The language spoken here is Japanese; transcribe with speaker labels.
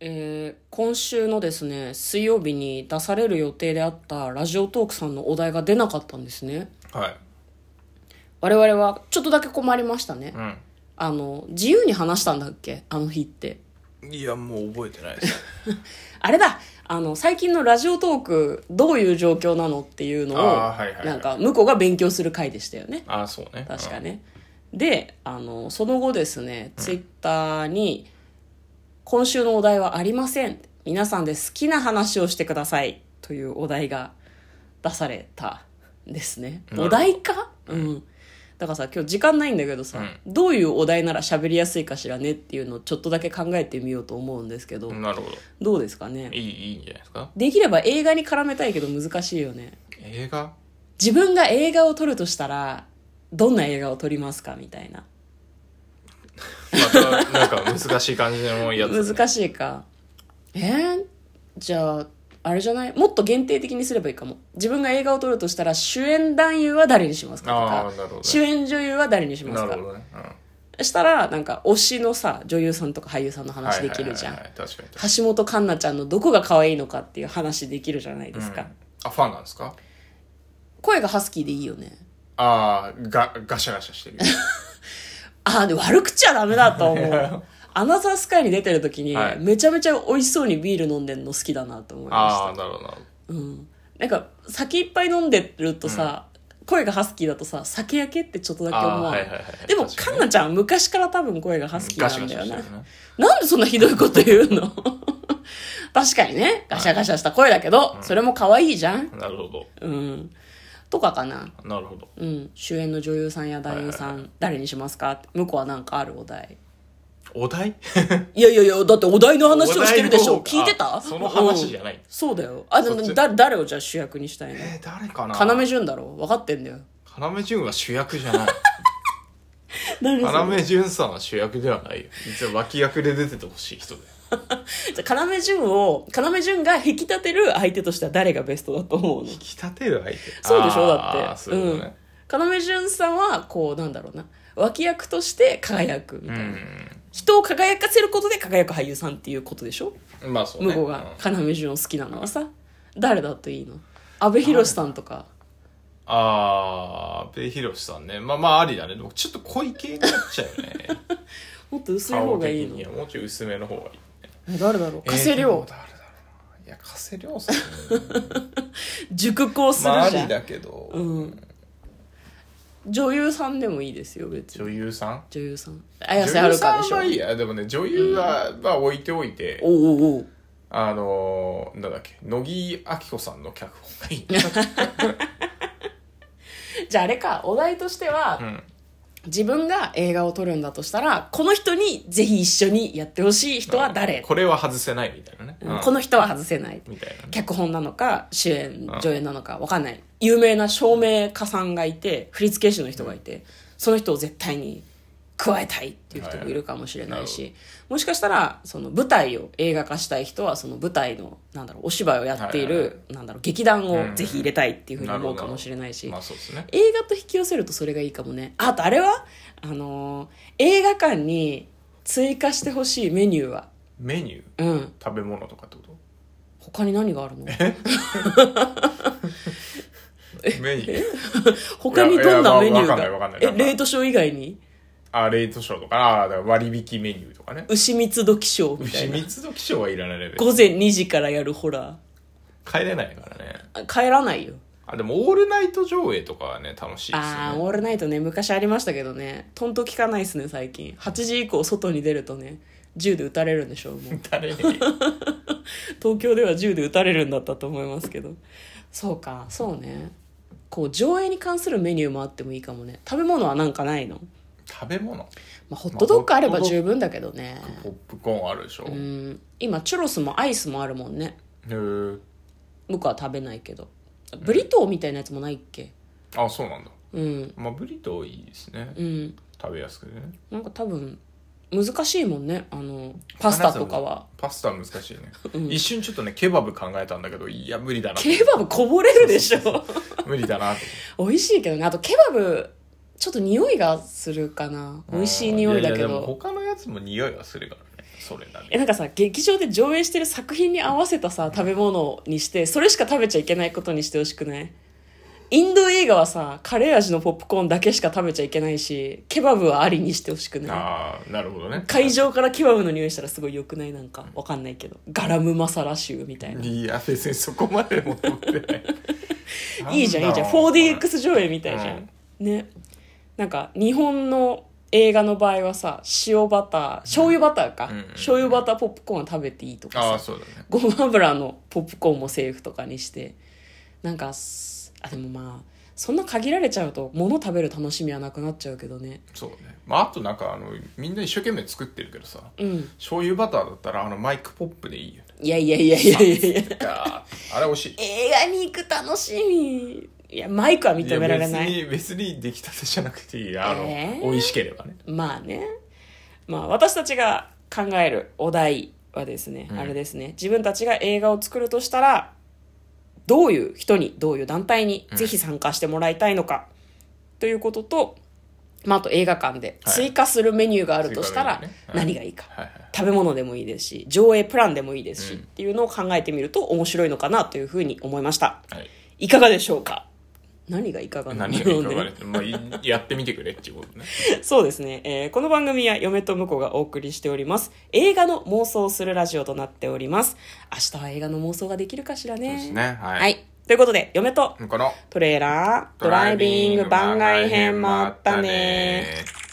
Speaker 1: えー今週のですね水曜日に出される予定であったラジオトークさんのお題が出なかったんですね
Speaker 2: はい
Speaker 1: 我々はちょっとだけ困りましたね、
Speaker 2: う
Speaker 1: あの自由に話したんだっけあの日って
Speaker 2: んいやもう覚えてないです
Speaker 1: あれだあの最近のラジオトークどういう状況なのっていうのを、
Speaker 2: あーはいはいはい
Speaker 1: なんか向こうが勉強する回でしたよね
Speaker 2: ああそうね
Speaker 1: 確かね、であのその後ですねツイッターに「今週のお題はありません皆さんで好きな話をしてください」というお題が出されたんですね
Speaker 2: なる
Speaker 1: お
Speaker 2: ほど
Speaker 1: 題かうんだからさ今日時間ないんだけどさ、どういうお題なら喋りやすいかしらねっていうのをちょっとだけ考えてみようと思うんですけど、
Speaker 2: うんなるほど
Speaker 1: どうですかね
Speaker 2: いいいいんじゃないですか
Speaker 1: できれば映画に絡めたいけど難しいよね
Speaker 2: 映画
Speaker 1: 自分が映画を撮るとしたらどんな映画を撮りますかみたいな
Speaker 2: またなんか難しい感じのや つ、
Speaker 1: 難しいかえー、じゃああれじゃないもっと限定的にすればいいかも自分が映画を撮るとしたら主演男優は誰にしますかと
Speaker 2: あーなる
Speaker 1: か
Speaker 2: ほど
Speaker 1: 主演女優は誰にします
Speaker 2: なる
Speaker 1: か
Speaker 2: ほどね、うん、
Speaker 1: したらなんか推しのさ女優さんとか俳優さんの話できるじゃん、
Speaker 2: はいはいはいはい、確かに確か
Speaker 1: 橋本環奈ちゃんのどこが可愛いのかっていう話できるじゃないです
Speaker 2: に、う
Speaker 1: か、
Speaker 2: んあファンなんですか
Speaker 1: 声がハスキーでいいよね
Speaker 2: ああガガシャガシャ してる
Speaker 1: ああ、で悪口はダメだと思 う。アナザースカイに出てる時に、
Speaker 2: はい
Speaker 1: めちゃめちゃ美味しそうにビール飲んでんの好きだなと思いま
Speaker 2: ああなるほどなるほ
Speaker 1: した。うん。なんか、酒いっぱい飲んでるとさ、声がハスキーだとさ、酒焼けってちょっとだけ思う。
Speaker 2: あーはいはいはい
Speaker 1: でも、
Speaker 2: 確か
Speaker 1: カ
Speaker 2: に
Speaker 1: ンナちゃんは昔から多分声がハスキ
Speaker 2: どガ
Speaker 1: ー
Speaker 2: シャ
Speaker 1: なん
Speaker 2: ガシ
Speaker 1: だ
Speaker 2: ャ
Speaker 1: よ
Speaker 2: して
Speaker 1: ね
Speaker 2: る。ね
Speaker 1: なんでそんなひどいこと言うの 確かにね、ガシャガシャした声だけど、それも可愛いじゃん。
Speaker 2: なるほど
Speaker 1: うん。とかかな。
Speaker 2: なるほど
Speaker 1: うん、主演の女優さんや男優さん、誰にしますかって向こうはなんかあるお題
Speaker 2: お題
Speaker 1: いやいやいやだってお題の話をしてるでしょ
Speaker 2: お題
Speaker 1: 聞
Speaker 2: の方
Speaker 1: いてた
Speaker 2: あその話じゃ
Speaker 1: うん
Speaker 2: ない
Speaker 1: そうだよあで
Speaker 2: そっち
Speaker 1: だ誰をじゃあ主役にしたいの
Speaker 2: えー、誰かな
Speaker 1: 要潤だろ分かってんだよ
Speaker 2: 要潤は主役じ ゃない
Speaker 1: 誰それ
Speaker 2: 要潤さんは主役ではないよ実は脇役で出ててほしい人で
Speaker 1: じゃあ要潤を要潤が引き立てる相手としては誰がベストだと思うの
Speaker 2: 引き立てる相手
Speaker 1: そうでしょ
Speaker 2: あー
Speaker 1: だって
Speaker 2: そういうことね
Speaker 1: うん、要潤さんはこうなんだろうな脇役として輝くみ
Speaker 2: う
Speaker 1: たいな、
Speaker 2: ん、
Speaker 1: 人を輝かせることで輝く俳優さんっていうことでしょ
Speaker 2: まあそうね
Speaker 1: 向こうが要潤を好きなのはさ誰だといいの阿部寛さんとか
Speaker 2: ああ、ペイヒロシさんね。まあまあありだね。でもちょっと濃い系になっちゃう よね。
Speaker 1: もっと薄い方がいいの
Speaker 2: 顔的にはもうちょい薄めの方がいい。
Speaker 1: え誰だろう加瀬
Speaker 2: えーでも
Speaker 1: 亮、
Speaker 2: 誰だろうな。いや、加瀬 亮さん、ね。
Speaker 1: 熟考する
Speaker 2: まああ
Speaker 1: じゃん、
Speaker 2: りだけど、
Speaker 1: うん女優さんでもいいですよ別に
Speaker 2: 女優さん
Speaker 1: 女優さん
Speaker 2: 女
Speaker 1: 綾瀬は
Speaker 2: 優
Speaker 1: るか
Speaker 2: さ
Speaker 1: で
Speaker 2: ん
Speaker 1: しょ
Speaker 2: はいいや。でもね、女優は、まあ置いておいて、
Speaker 1: おうおうおう
Speaker 2: あのー、なんだっけ、乃木明子さんの脚本 がいい。
Speaker 1: じゃああれかお題としては、
Speaker 2: ん
Speaker 1: 自分が映画を撮るんだとしたらこの人にぜひ一緒にやってほしい人は誰、
Speaker 2: これは外せないみたいなね。
Speaker 1: うん
Speaker 2: うん
Speaker 1: この人は外せない
Speaker 2: みたいなね。
Speaker 1: 脚本なのか主演
Speaker 2: ん
Speaker 1: 女優なのか分かんない有名な照明家さんがいて振付師の人がいてその人を絶対に加えたいっていう人もいるかもしれないし、
Speaker 2: は
Speaker 1: もしかしたらその舞台を映画化したい人はその舞台のなんだろうお芝居をやっている、
Speaker 2: はいはいは
Speaker 1: なんだろう劇団
Speaker 2: う
Speaker 1: を
Speaker 2: ん
Speaker 1: ぜひ入れたいっていうふうに
Speaker 2: なるほ
Speaker 1: 思
Speaker 2: ど
Speaker 1: うかもしれないし、
Speaker 2: まあそうですね。
Speaker 1: 映画と引き寄せるとそれがいいかもねああとあれはあのー映画館に追加してほしいメニューは
Speaker 2: メニュー、
Speaker 1: うん
Speaker 2: 食べ物とかってこと
Speaker 1: 他に何があるの
Speaker 2: メニュー。
Speaker 1: 他にどんなメニュー
Speaker 2: いやいやわか
Speaker 1: が
Speaker 2: んないわかんない
Speaker 1: え
Speaker 2: なんか
Speaker 1: レートショー以外に
Speaker 2: あ、レイトショーとか、ああ、だから割引メニューとかね。
Speaker 1: 牛蜜時ショーみた
Speaker 2: 牛
Speaker 1: いな
Speaker 2: 蜜時賞はいらないレベル。
Speaker 1: 午前2時からやるホラ
Speaker 2: 帰れないからね。
Speaker 1: ーあ帰らないよ
Speaker 2: あ、でもオールナイト上映とかはね、楽しいです
Speaker 1: ああ
Speaker 2: よね。
Speaker 1: オールナイトね昔ありましたけどねとんと聞かないっすね最近8時以降外に出るとね銃で撃たれるんでしょうもう
Speaker 2: 誰に
Speaker 1: 東京では銃で撃たれるんだったと思いますけどそうかそうねこう上映に関するメニューもあってもいいかもね食べ物はなんかないの、
Speaker 2: 食べ物
Speaker 1: まあ、ホットドッグあれ
Speaker 2: ま
Speaker 1: ば
Speaker 2: あホットド
Speaker 1: 十
Speaker 2: ッ
Speaker 1: 分だけどね
Speaker 2: ポップコーンあるでしょ。
Speaker 1: う
Speaker 2: へ
Speaker 1: ん今チュロスもアイスもあるもんね
Speaker 2: え。
Speaker 1: 僕は食べないけどブリトーみたいなやつもないっけ
Speaker 2: あ、そうなんだ。
Speaker 1: うん
Speaker 2: まあ、ブリトーいいですね
Speaker 1: う。ん
Speaker 2: 食べやすくてね。
Speaker 1: なんか多分難しいもんねあのパスタとかは
Speaker 2: パスタは難しいね。一瞬ちょっとね、ケバブ考えたんだけど、いや、無理だな。
Speaker 1: ケバブこぼれるでしょ
Speaker 2: 無理だなと。
Speaker 1: 美味しいけどねあとケバブちょっと匂いがするかな美味しい匂いだけ
Speaker 2: ややでも
Speaker 1: ど
Speaker 2: 他のやつも匂いはするからね。それなり
Speaker 1: えなんかさ劇場で上映してる作品に合わせたさ食べ物にしてそれしか食べちゃいけないことにしてほしくないインド映画はさカレー味のポップコーンだけしか食べちゃいけないしケバブはありにしてほしくない
Speaker 2: ああなるほどね
Speaker 1: 会場からケバブの匂いしたらすごい良くないなんかわかんないけどガラムマサラ臭みたいない
Speaker 2: や別にそこまでも思ってな い
Speaker 1: いいじゃんいいじゃん 4DX 上映みたいじゃん、ねなんか日本の映画の場合はさ塩バター醤油バターか、
Speaker 2: うんうん
Speaker 1: 醤油バターポップコーンは食べていいとか
Speaker 2: ああ
Speaker 1: さ
Speaker 2: そうだね
Speaker 1: ごま油のポップコーンもセーフとかにしてなんかすあでもまあそんな限られちゃうと物食べる楽しみはなくなっちゃうけどね
Speaker 2: そうねまああとなんかあのみんな一生懸命作ってるけどさ
Speaker 1: うん
Speaker 2: 醤油バターだったらあのマイクポップでいいよ ね
Speaker 1: いやいやいやいやいやいや
Speaker 2: ガーッあれ美味しい
Speaker 1: 映画に行く楽しみいやマイクは認められない
Speaker 2: いや別に別に出来たてじゃなくていいあの、
Speaker 1: えー
Speaker 2: 美味しければね
Speaker 1: まあねまあ私たちが考えるお題はですね、
Speaker 2: うん
Speaker 1: あれですね自分たちが映画を作るとしたらどういう人にどういう団体に
Speaker 2: うん
Speaker 1: ぜひ参加してもらいたいのか、ということと、まあ、あと映画館で
Speaker 2: はい
Speaker 1: 追加するメニューがあるとしたら
Speaker 2: 追加メニューねはい
Speaker 1: 何がいいか、
Speaker 2: はいはい
Speaker 1: 食べ物でもいいですし上映プランでもいいですし、
Speaker 2: うん
Speaker 1: っていうのを考えてみると面白いのかなというふうに思いました
Speaker 2: はい
Speaker 1: いかがでしょうか何がいかがなんだ
Speaker 2: 何
Speaker 1: ろ
Speaker 2: を
Speaker 1: うね
Speaker 2: 言われても、まあい、やってみてくれっていうこ とね
Speaker 1: そうですね、えーこの番組は嫁と婿がお送りしております映画の妄想をするラジオとなっております明日は映画の妄想ができるかしらね
Speaker 2: そうですねはい、
Speaker 1: はい、ということで嫁と
Speaker 2: この
Speaker 1: トレーラードライビング番外編もあったね
Speaker 2: ー